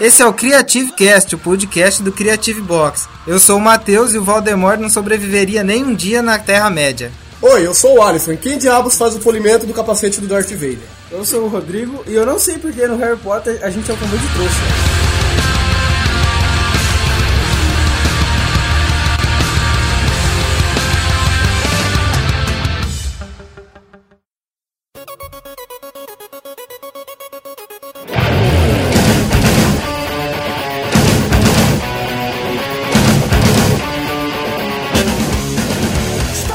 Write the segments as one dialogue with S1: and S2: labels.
S1: Esse é o Creative Cast, o podcast do Creative Box. Eu sou o Matheus e o Valdemort não sobreviveria nem um dia na Terra-média.
S2: Oi, eu sou o Alisson. Quem diabos faz o polimento do capacete do Darth Vader?
S3: Eu sou o Rodrigo e eu não sei porque no Harry Potter a gente é um combo de trouxa.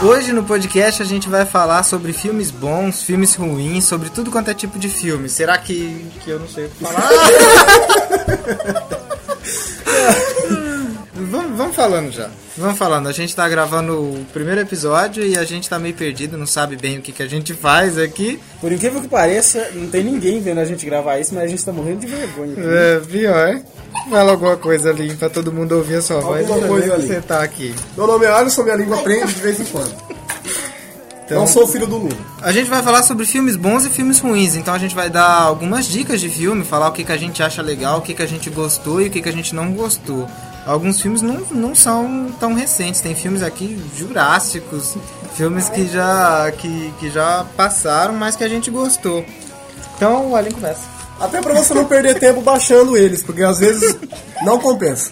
S1: Hoje no podcast a gente vai falar sobre filmes bons, filmes ruins, sobre tudo quanto é tipo de filme. Será que, que eu não sei o que falar? vamos, vamos falando já. Vamos falando. A gente tá gravando o primeiro episódio e a gente tá meio perdido, não sabe bem o que, que a gente faz aqui.
S3: Por incrível que pareça, não tem ninguém vendo a gente gravar isso, mas a gente tá morrendo de vergonha. cara.
S1: É, pior. Fala alguma coisa ali pra todo mundo ouvir a sua voz.
S2: Alguma
S1: pra
S2: coisa
S1: ver que
S2: ali.
S1: Você tá aqui.
S2: Meu nome é Alisson, minha língua prende de vez em quando.
S1: Então-
S2: Não sou filho do mundo.
S1: A gente vai falar sobre filmes bons e filmes ruins, então a gente vai dar algumas dicas de filme, falar o que, que a gente acha legal, o que, que a gente gostou e o que, que a gente não gostou. Alguns filmes não, não são tão recentes, tem filmes aqui jurássicos, filmes que já, que, que já passaram, mas que a gente gostou. Então o Alien começa.
S2: Até pra você não perder tempo baixando eles, porque às vezes não compensa.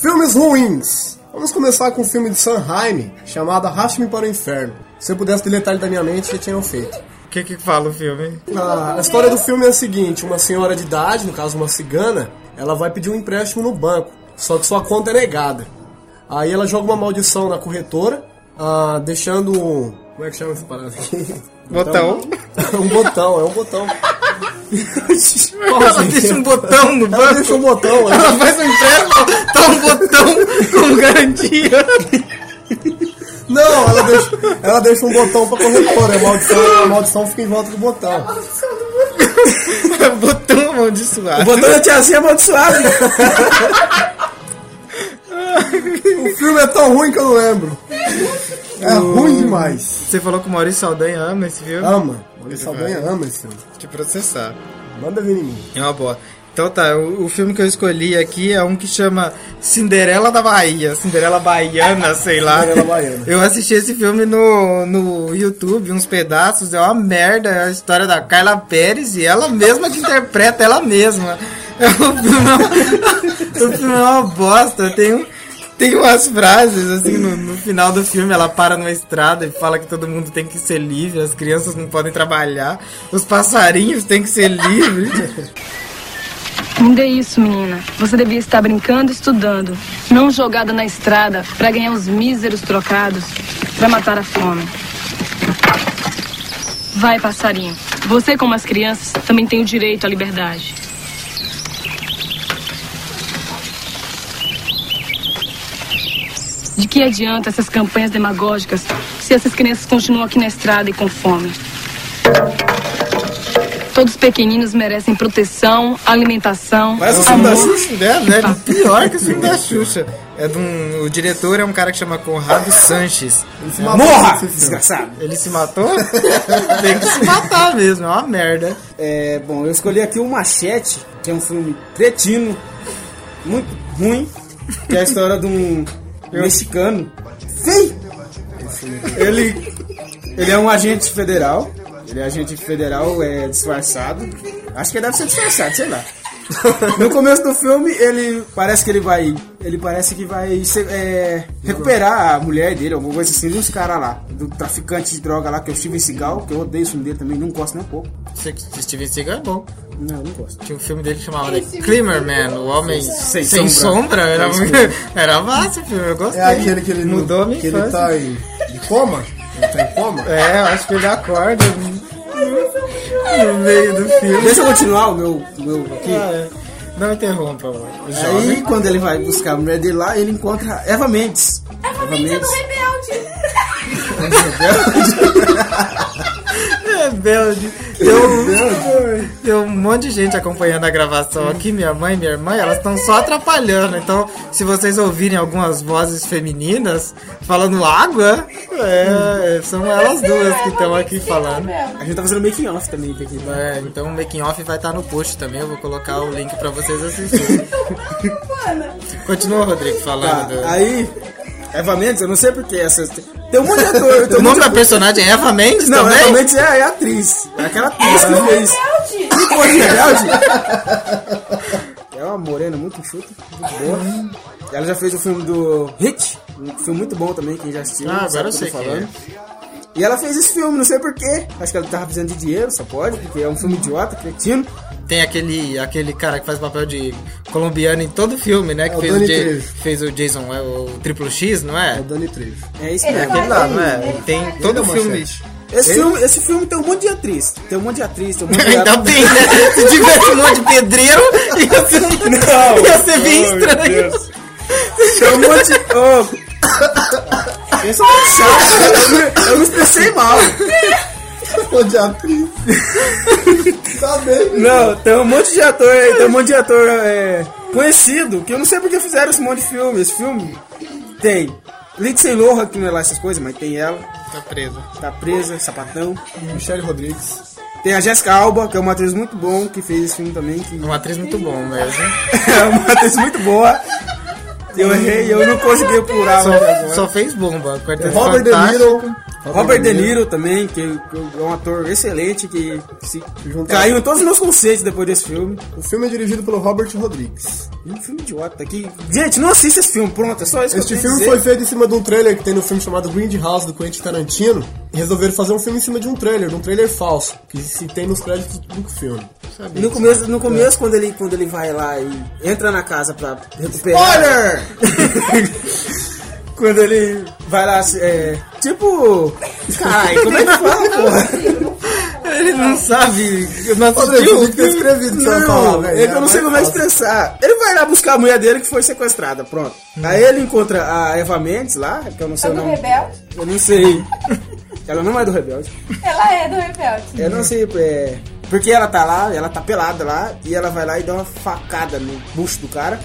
S2: Filmes ruins. Vamos começar com um filme de Sanheim chamado Arraste-me para o Inferno. Se eu pudesse deletar ele da minha mente, já tinham feito.
S1: O que que fala o filme?
S2: A, a história do filme é a seguinte: uma senhora de idade, no caso uma cigana, ela vai pedir um empréstimo no banco, só que sua conta é negada. Aí ela joga uma maldição na corretora, ah, deixando. um- Como é que chama essa parada aqui?
S1: Botão.
S2: um botão, é um botão.
S1: Ela deixa um botão no
S2: Ela
S1: banco.
S2: deixa um botão, ela
S1: Ela faz um empréstimo, tá um botão com garantia.
S2: Não, ela deixa, ela deixa um botão pra corretora. A maldição, a maldição fica em volta do botão.
S1: botão amaldiçoado.
S3: Botando a tiazinha amaldiçoada.
S2: O filme é tão ruim que eu não lembro. É ruim demais.
S1: Você falou que o Maurício Saldanha ah, ama esse filme?
S2: Ama. Olha, Saldanha ama esse filme.
S1: Te processar.
S2: Manda vir em mim.
S1: É uma boa. Então tá, o, o filme que eu escolhi aqui é um que chama Cinderela da Bahia. Cinderela Baiana, sei lá.
S3: Ah,
S2: Cinderela Baiana.
S1: Eu assisti esse filme no, no YouTube, uns pedaços. É uma merda. É a história da Carla Pérez e ela mesma que interpreta ela mesma. É um filme, é uma- o filme é uma bosta. Tem um. Tem umas frases, assim, no, no final do filme, ela para numa estrada e fala que todo mundo tem que ser livre, as crianças não podem trabalhar, os passarinhos têm que ser livres.
S4: Muda isso, menina. Você devia estar brincando e estudando, não jogada na estrada pra ganhar os míseros trocados pra matar a fome. Vai, passarinho. Você, como as crianças, também tem o direito à liberdade. De que adianta essas campanhas demagógicas se essas crianças continuam aqui na estrada e com fome? Todos pequeninos merecem proteção, alimentação,
S1: Mas o filme da
S4: amor. Tá.
S1: Xuxa, né, velho? Pior que o filme da Xuxa. É de um, o diretor é um cara que chama Conrado Sanches.
S3: Morra, desgraçado.
S1: Ele se matou? Tem que se matar mesmo, é uma merda.
S3: É, bom, eu escolhi aqui o Machete, que é um filme cretino, muito ruim, que é a história de um mexicano. Sim! Ele, ele é um agente federal. Ele é agente federal é, disfarçado. Acho que ele deve ser disfarçado, sei lá. No começo do filme, ele parece que ele vai. Ele parece que vai ser, é, recuperar a mulher dele, alguma coisa assim, de uns caras lá. Do traficante de droga lá, que é o Steven Seagal, que eu odeio o filme dele também, não gosto nem um pouco.
S1: Se- se Steven Seagal é bom.
S3: Não, não gosto.
S1: Tinha um filme dele que chamava The Climberman, o Homem Sem,
S3: Sem
S1: sombra.
S3: Sombra.
S1: Era,
S3: É isso
S1: muito- era massa o filme, eu gostei.
S2: É aquele que ele
S1: mudou a minha
S2: que ele
S1: infância.
S2: tá em de coma? Ele tá em coma?
S1: É, eu acho que ele acorda no- no meio do filme.
S3: Deixa eu continuar o meu, o meu né? aqui.
S1: Ah, é. Não interrompa, amor.
S3: Aí, quando ele vai buscar a mulher dele lá, ele encontra a Eva Mendes. Eva, Mendes.
S5: rebelde.
S1: rebelde. É
S3: É
S1: Eu, tem um monte de gente acompanhando a gravação aqui, minha mãe e minha irmã, elas estão só atrapalhando. Então, se vocês ouvirem algumas vozes femininas falando água, é, são elas duas que estão aqui falando.
S3: A gente tá fazendo making off também aqui. né?
S1: É, então o making off vai estar no post também, eu vou colocar o link pra vocês assistirem. Continua, Rodrigo,
S3: Tá,
S1: falando.
S3: aí, Eva Mendes, eu não sei porque essa. Tem um monte de ator, tem
S1: o
S3: um monte
S1: nome
S3: de
S1: da personagem é Eva Mendes
S3: Não,
S1: também?
S3: realmente é, é atriz. É aquela atriz que fez. Que coisa rebelde! É uma morena muito chuta, muito boa. Ela já fez o filme do Hit, um filme muito bom também, quem já assistiu.
S1: Ah, agora eu
S3: sabe o que
S1: sei
S3: tô
S1: quem
S3: falando. E ela fez esse filme, não sei porquê. Acho que ela tava precisando de dinheiro, só pode, porque é um filme idiota, cretino.
S1: Tem aquele, aquele cara que faz papel de colombiano em todo filme, né? Que
S2: É o
S1: fez, o
S2: Danny
S1: Ja-
S2: Trejo.
S1: fez o Jason, é, o Triplo X, não
S2: É
S1: é?
S2: o Dani Trejo.
S3: É isso
S5: Ele
S3: mesmo.
S5: faz-
S1: Lá, não é?
S5: Ele
S1: Tem
S5: faz-
S1: todo
S2: Ele é
S1: filme.
S2: manchete.
S3: Esse filme, esse filme tem um monte de atriz. Tem um monte de atriz, tem um monte de
S1: Ainda
S3: ator.
S1: bem, né? Se tivesse um monte de pedreiro, ia ser, ia ser bem estranho.
S3: Tem um monte de. Oh. Eu sou chato, eu me expressei mal.
S2: Pô, de atriz. tá bem, viu?
S3: Não, tem um monte de ator, tem um monte de ator é, conhecido, que eu não sei porque fizeram esse monte de filme. Esse filme tem Lindsay Lohan, que não é lá essas coisas, mas tem ela,
S1: Tá preso.
S3: tá presa, sapatão.
S2: Michele Rodrigues.
S3: Tem a Jessica Alba, que é uma atriz muito bom, que fez esse filme também, que
S1: É Uma atriz muito bom mesmo.
S3: é uma atriz muito boa. Eu errei, eu não consegui apurar. mas agora.
S1: Só, só fez bomba. Quarteto
S2: Ah, Robert De
S1: Fantástico.
S2: Niro.
S3: Robert De Niro também, que que é um ator excelente, que se
S2: Junto-
S3: caiu em todos os meus conceitos depois desse filme.
S2: O filme é dirigido pelo Robert Rodrigues.
S3: Um filme idiota aqui. Gente, não assista esse filme, pronto, é só isso
S2: Este
S3: que eu tenho
S2: filme
S3: a dizer.
S2: foi feito em cima de um trailer que tem no filme chamado Grindhouse, do Quentin Tarantino. E resolveram fazer um filme em cima de um trailer, de um trailer falso, que se tem nos créditos do filme.
S3: No começo, no começo quando, ele, quando ele vai lá e entra na casa pra recuperar.
S2: Spoiler!
S3: quando ele vai lá, é, tipo. Caralho, como é que fala, porra?
S1: Ele não sabe. Eu não assisti
S2: Rodrigo,
S1: o
S2: o que tá
S1: filme.
S2: escrevido que você vai falar,
S3: Não,
S2: velho?
S1: né?
S3: é que eu não sei como é
S2: fácil.
S3: expressar. Ele vai lá buscar a mulher dele que foi sequestrada, pronto. Aí ele encontra a Eva Mendes lá, que eu não sei
S5: É
S3: o
S5: do
S3: nome.
S5: Rebelde?
S3: Eu não sei. Ela não é do Rebelde.
S5: Ela é do Rebelde.
S3: Eu não sei. É... Porque ela tá lá, ela tá pelada lá, e ela vai lá e dá uma facada no bucho do cara.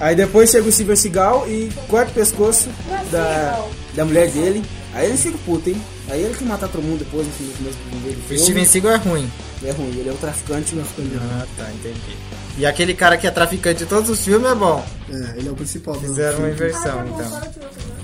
S3: Aí depois chega o Steven Seagal e corta o pescoço
S5: Mas
S3: da,
S5: Seagal.
S3: da mulher dele. Aí ele fica puto, hein? Aí ele que matar todo mundo depois no fim do começo do filme.
S1: O Steven Seagal é ruim.
S3: É ruim, ele é um traficante, mas ficando
S1: Ah, tá, entendi. E aquele cara que é traficante de todos os filmes é bom.
S2: É, ele é o principal. do
S1: Fizeram uma
S2: filme.
S1: inversão, então.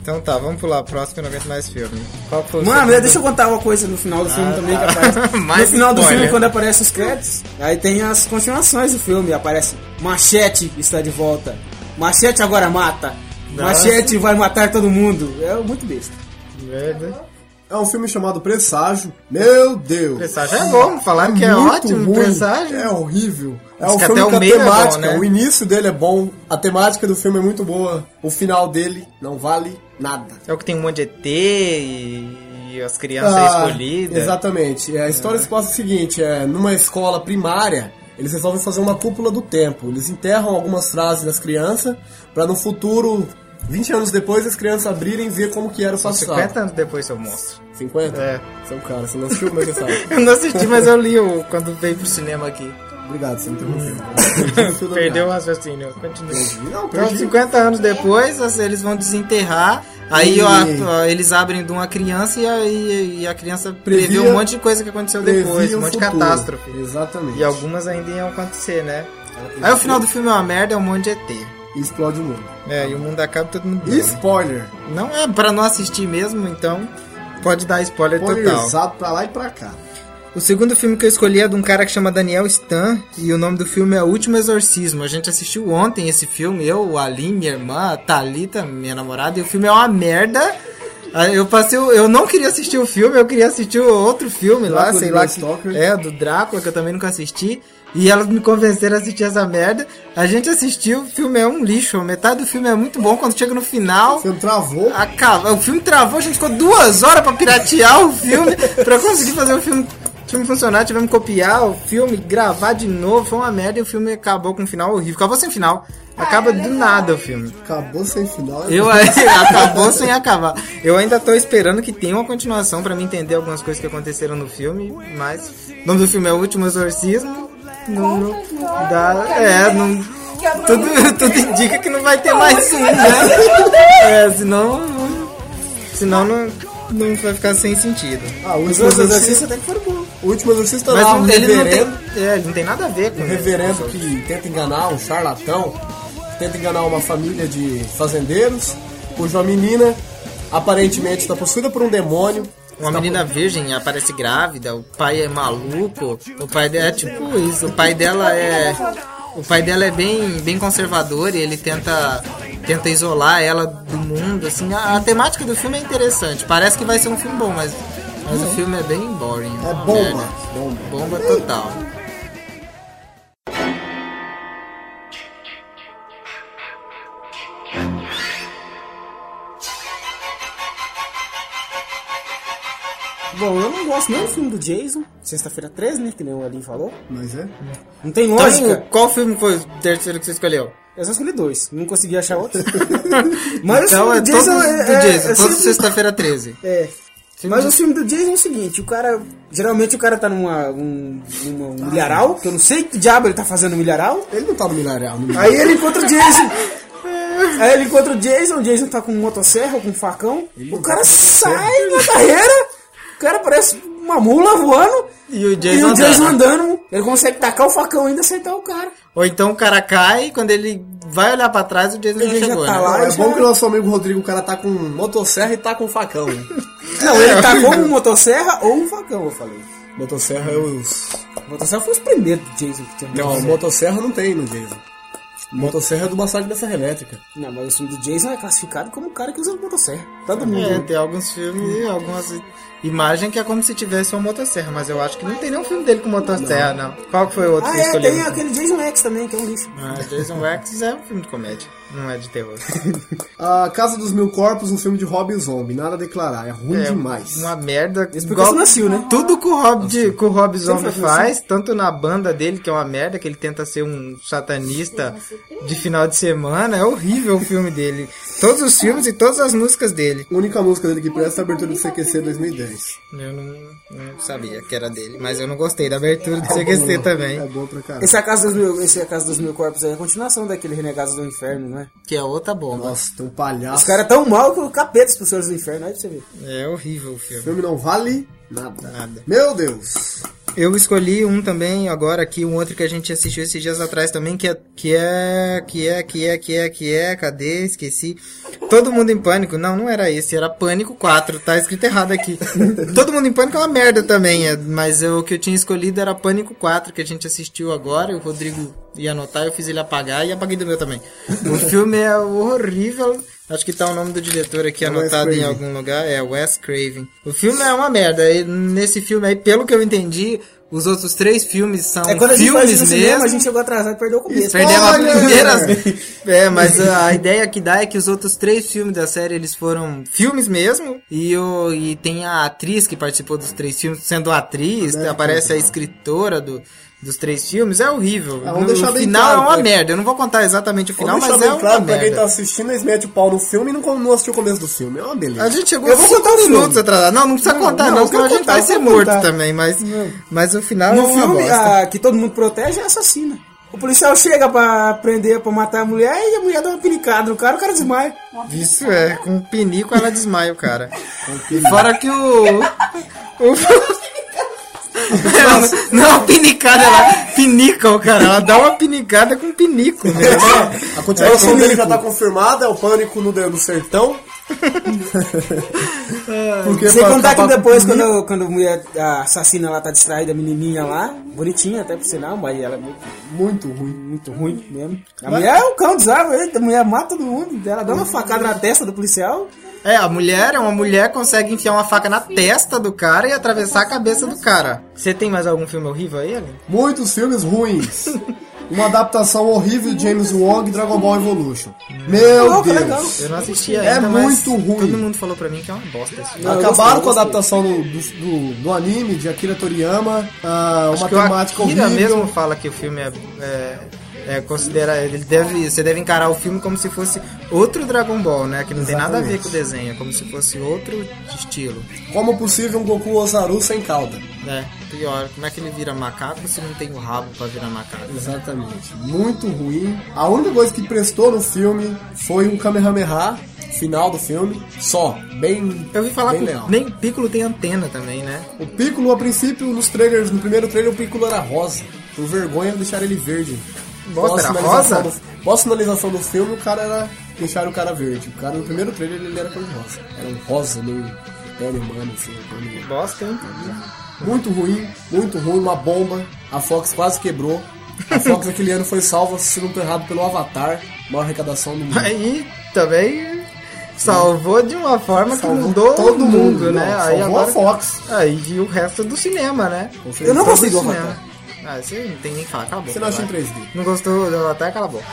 S1: Então tá, vamos pular próximo, eu não aguento mais filme. Qual foi o
S3: Mano,
S1: seu-
S3: deixa eu contar uma coisa no final do filme também que
S1: Ah, tá. Mais
S3: aparece. no final do
S1: spoiler.
S3: filme, quando aparece os créditos, aí tem as continuações do filme. Aparece Machete está de volta. Machete agora mata. Machete vai matar todo mundo. É muito besta.
S1: Merda.
S2: É um filme chamado Presságio. Meu Deus!
S1: Presságio é bom, falaram que é
S2: Muito
S1: ótimo,
S2: ruim.
S1: Presságio.
S2: É horrível. É
S1: Diz
S2: um
S1: que
S2: filme
S1: até
S2: com
S1: o
S2: a
S1: meio é bom,
S2: temática.
S1: né?
S2: O início dele é bom, a temática do filme é muito boa, o final dele não vale nada.
S1: É o que tem um monte de ET e, e as crianças
S2: Ah,
S1: escolhidas.
S2: Exatamente. É, A história se passa o seguinte: é, numa escola primária, eles resolvem fazer uma cúpula do tempo. Eles enterram algumas frases das crianças pra no futuro, 20 anos depois, as crianças abrirem e ver como que era o
S1: São
S2: passado.
S1: 50 anos depois eu mostro.
S2: 50?
S1: É.
S2: Você é um cara, você não assistiu, mas você sabe.
S1: Eu não assisti, mas eu li o, quando veio pro cinema aqui.
S2: Obrigado, você me interrompeu.
S1: Perdeu o raciocínio, continua.
S2: Não,
S1: Então,
S2: perdi.
S1: 50 anos depois, as- eles vão desenterrar. Aí
S2: E-
S1: ó, a- eles abrem de uma criança e, aí- e a criança previu
S2: Previa-
S1: um monte de coisa que aconteceu depois,
S2: Previ
S1: um
S2: o
S1: monte de
S2: futuro.
S1: catástrofe.
S2: Exatamente.
S1: E algumas ainda iam acontecer, né? Aí o final do filme é uma merda, é um monte de ET.
S2: E explode o mundo.
S1: É, e o mundo acaba todo mundo.
S2: E
S1: Isso.
S2: spoiler.
S1: Não é pra não assistir mesmo, então pode dar spoiler É total.
S2: Spoilerizado pra lá e pra cá.
S1: O segundo filme que eu escolhi é de um cara que chama Daniel Stan e o nome do filme é O Último Exorcismo. A gente assistiu ontem esse filme, eu, a Aline, minha irmã, a Thalita, minha namorada, e o filme é uma merda. Ah, Eu passei, o- eu não queria assistir o filme, eu queria assistir o outro filme lá,
S2: Drácula
S1: sei
S2: do
S1: lá,
S2: Ben
S1: que,
S2: Stoker.
S1: é, do Drácula, que eu também nunca assisti. E elas me convenceram a assistir essa merda. A gente assistiu, o filme é um lixo. Metade do filme é muito bom. Quando chega no final,
S2: Você não travou?
S1: Acaba. O filme travou, a gente ficou duas horas pra piratear o filme, pra conseguir fazer o filme Tinha um funcionário, tivemos que copiar o filme, gravar de novo, foi uma merda e o filme acabou com um final horrível. Acabou sem final. Acaba do nada o filme.
S2: Acabou sem final. é
S1: Eu acabou sem acabar. Eu ainda tô esperando que tenha uma continuação pra mim entender algumas coisas que aconteceram no filme, mas o nome do filme é O Último Exorcismo. Não, não- dá, é, não, tudo, tudo indica que não vai ter mais um, né? É, senão senão não, não vai ficar sem sentido.
S2: Ah, o
S3: Os
S2: último
S3: outros
S2: exorcista.
S3: exercícios até que foram bons.
S2: O último exorcista
S1: Mas
S2: lá,
S1: não-
S2: um
S1: ele não
S2: reverendo.
S1: tem, é, ele não tem nada a ver com
S2: Um
S1: isso.
S2: reverendo que tenta enganar um charlatão, que tenta enganar uma família de fazendeiros, cuja menina aparentemente está possuída por um demônio. Tá
S1: Uma menina virgem aparece grávida, o pai é maluco, o pai dela é tipo isso, o pai dela é. O pai dela é bem, bem conservador e ele tenta, tenta isolar ela do mundo, assim, a, a temática do filme é interessante, parece que vai ser um filme bom, mas, mas o filme é bem boring.
S2: É
S1: uma
S2: bomba.
S1: merda.
S2: Bomba.
S1: Bomba total.
S3: Bom, eu não gosto nem do filme do Jason, sexta-feira 13, né? Que nem o Aline falou.
S2: Mas é?
S3: Não tem lógica.
S1: Então, qual filme foi o terceiro que você escolheu?
S3: Eu só escolhi dois, não consegui achar outro. Mas
S1: então
S3: o
S1: é
S3: filme do Jason
S1: todo
S3: é,
S1: do
S3: é-
S1: Jason,
S3: é
S1: todo
S3: sempre-
S1: sexta-feira 13.
S3: é.
S1: Filme
S3: Mas
S1: do-
S3: o filme do Jason é o seguinte, o cara. Geralmente o cara tá numa. Um, numa- um milharal, que eu não sei que diabo ele tá fazendo no milharal.
S2: Ele não tá no milharal, não.
S3: Aí ele encontra o Jason. Aí ele encontra o Jason, o Jason tá com motosserra, com facão. o cara sai na carreira, o cara parece uma mula voando.
S1: E o Jason
S3: e o Jason
S1: andando.
S3: andando. Ele consegue tacar o facão ainda e acertar o cara.
S1: Ou então o cara cai, quando ele vai olhar pra trás, o Jason já
S3: Ele já
S1: chegou,
S3: tá
S1: né?
S3: lá.
S2: Ah, é bom que o nosso amigo Rodrigo, o cara tá com motosserra e tá com facão. né?
S3: Não,
S1: É.
S3: ele tacou uma motosserra ou um facão, eu falei.
S2: motosserra é os.
S3: Motosserra foi os primeiros do Jason que tinha um
S1: é.
S2: Não,
S3: motosserra.
S2: motosserra não tem no Jason. Motosserra é do massacre da Serra Elétrica.
S3: Não, mas o filme do Jason é classificado como o cara que usa motosserra. Todo
S1: É,
S3: mundo.
S1: tem alguns filmes e algumas imagens que é como se tivesse uma motosserra, mas eu acho que não tem nenhum filme dele com motosserra, não. Qual que foi o outro
S3: Ah,
S1: que você
S3: é,
S1: escolheu?
S3: tem aquele Jason X também, que é um lixo.
S1: Ah, Jason X é um filme de comédia, não é de terror.
S2: A Casa dos Mil Corpos, um filme de Rob Zombie. Nada a declarar, é ruim
S1: É
S2: demais.
S1: uma merda.
S3: Isso porque você nasceu, né?
S1: Tudo que o Rob, de- que o Rob Zombie
S3: foi
S1: faz, tanto na banda dele, que é uma merda, que ele tenta ser um satanista de final de semana, é horrível o filme dele. Todos os filmes e todas as músicas dele.
S2: A única música dele que presta é a abertura do CQC 2010.
S1: Eu não, não sabia que era dele, mas eu não gostei da abertura do CQC também.
S2: É boa pra caralho.
S3: Esse é a casa dos mil, esse é a casa dos mil corpos aí, é a continuação daquele Renegados do Inferno, não é?
S1: Que é outra bomba.
S2: Nossa, tem um palhaço.
S3: Os caras tão mal que o capeta dos senhores do inferno, aí pra você ver.
S1: É horrível o
S2: O
S1: filme.
S2: filme não vale nada.
S1: Nada.
S2: Meu Deus.
S1: Eu escolhi um também agora aqui, um outro que a gente assistiu esses dias atrás também, que é. Que é. Que é, que é, que é, que é, cadê? Esqueci. Todo mundo em pânico. Não, não era esse, era Pânico 4, tá escrito errado aqui. Todo mundo em pânico é uma merda também, é, mas eu- o que eu tinha escolhido era Pânico 4, que a gente assistiu agora, e o Rodrigo ia anotar, eu fiz ele apagar e apaguei do meu também. O filme é horrível. Acho que tá o nome do diretor aqui anotado em
S2: Craven.
S1: algum algum lugar, é Wes Craven. O filme é uma merda. e nesse filme aí, pelo que eu entendi, os outros três filmes são
S3: É quando a gente faz
S1: filmes
S3: isso no
S1: mesmo.
S3: cinema, a gente chegou atrasado e perdeu o começo.
S1: Perdemos a
S2: Olha!
S1: primeira. É, mas a, a ideia que dá é que os outros três filmes da série eles foram filmes mesmo. E, o, e tem a atriz que participou dos três filmes, sendo atriz,
S2: É,
S1: aparece a escritora do, dos três filmes. É horrível.
S2: Ah, vamos
S1: no
S2: deixar bem
S1: final
S2: claro,
S1: é uma
S2: né?
S1: merda. Eu não vou contar exatamente o final,
S2: Vamos
S1: mas
S2: deixar
S1: é
S2: bem
S1: uma
S2: claro pra
S1: merda.
S2: quem tá assistindo, eles metem o pau no filme e não, não assistiu o começo do filme. É uma beleza.
S1: A gente chegou
S3: Eu vou
S1: cinco
S3: contar o filme.
S1: minutos atrasado. Não, não precisa contar, não,
S3: não, eu
S1: senão a
S3: quero
S1: gente vai
S3: contar,
S1: ser
S3: eu quero
S1: morto
S3: contar.
S1: também. Mas, mas o final é
S3: No
S1: uma
S3: filme,
S1: bosta.
S3: a- que todo mundo protege é assassina. O policial chega pra prender, pra matar a mulher, e a mulher dá uma pinicada no cara, o cara desmaia.
S1: Isso é, com um pinico ela desmaia o cara. E fora que o. o- Ela- não, pinicada, ela pinica o cara. Ela dá uma pinicada com pinico. É né?
S2: A continuação dele já tá confirmada, é o Pânico no, no Sertão. Porque
S3: Sem
S2: pra
S3: contar que
S2: acabar com
S3: depois,
S2: comigo-
S3: quando, quando a mulher a assassina lá tá distraída, a menininha lá, bonitinha até por sinal, mas ela é muito,
S2: Muito ruim.
S3: muito ruim mesmo. A mulher é um cão desável, hein? a mulher mata todo mundo, ela dá uma facada na testa do policial.
S1: É, a mulher é uma mulher consegue enfiar uma faca na testa do cara e atravessar a cabeça do cara. Você tem mais algum filme horrível aí, Alan?
S2: Muitos filmes ruins. uma adaptação horrível de James Wong e Dragon Ball Evolution. Meu Deus!
S1: Eu não assisti ainda,
S2: É
S1: mas
S2: muito ruim.
S1: todo mundo falou pra mim que é uma bosta. esse filme.
S2: Acabaram com a adaptação do, do, do- do anime de Akira Toriyama, ah,
S1: Acho
S2: uma
S1: que o
S2: temática
S1: Akira
S2: horrível.
S1: mesmo fala que o filme é... é, é, considera, ele deve, você deve encarar o filme como se fosse outro Dragon Ball, né? Que não tem nada a ver
S2: Exatamente.
S1: com o desenho, é como se fosse outro estilo.
S2: Como possível um Goku Ozaru sem cauda?
S1: É, pior, como é que ele vira macaco se não tem o rabo pra virar macaco?
S2: Exatamente. Muito ruim. A única coisa que prestou no filme foi um Kamehameha, final do filme. Só. Bem.
S1: Eu ouvi falar
S2: bem
S1: que
S2: legal.
S1: nem Piccolo tem antena também, né?
S2: O Piccolo, a princípio, nos trailers, no primeiro trailer, o Piccolo era rosa. Por vergonha, deixaram ele verde.
S1: Nossa, era rosa?
S2: sinalização Do, pós finalização do filme, o cara era. Deixaram o cara verde. O cara, no primeiro trailer, ele era cor de rosa. Era um rosa, meio. Pele humana, assim. meio-
S1: Bosta, hein?
S2: Muito ruim, muito ruim, uma bomba. A Fox quase quebrou. A Fox aquele ano foi salva, se não tô errado, pelo Avatar, maior arrecadação do mundo.
S1: Aí também salvou de uma forma que
S2: Salvou
S1: mudou
S2: todo
S1: todo mundo,
S2: mundo,
S1: né?
S2: não,
S1: aí
S2: salvou a
S1: agora...
S2: Fox.
S1: Aí Ah, e o resto do cinema, né?
S2: Eu não gostei
S1: Todo
S2: É do
S1: cinema.
S2: Avatar.
S1: Ah, você não tem nem que falar, cala a boca.
S2: Você não acha em
S1: vai.
S2: 3D?
S1: Não gostou do Avatar? Cala a boca.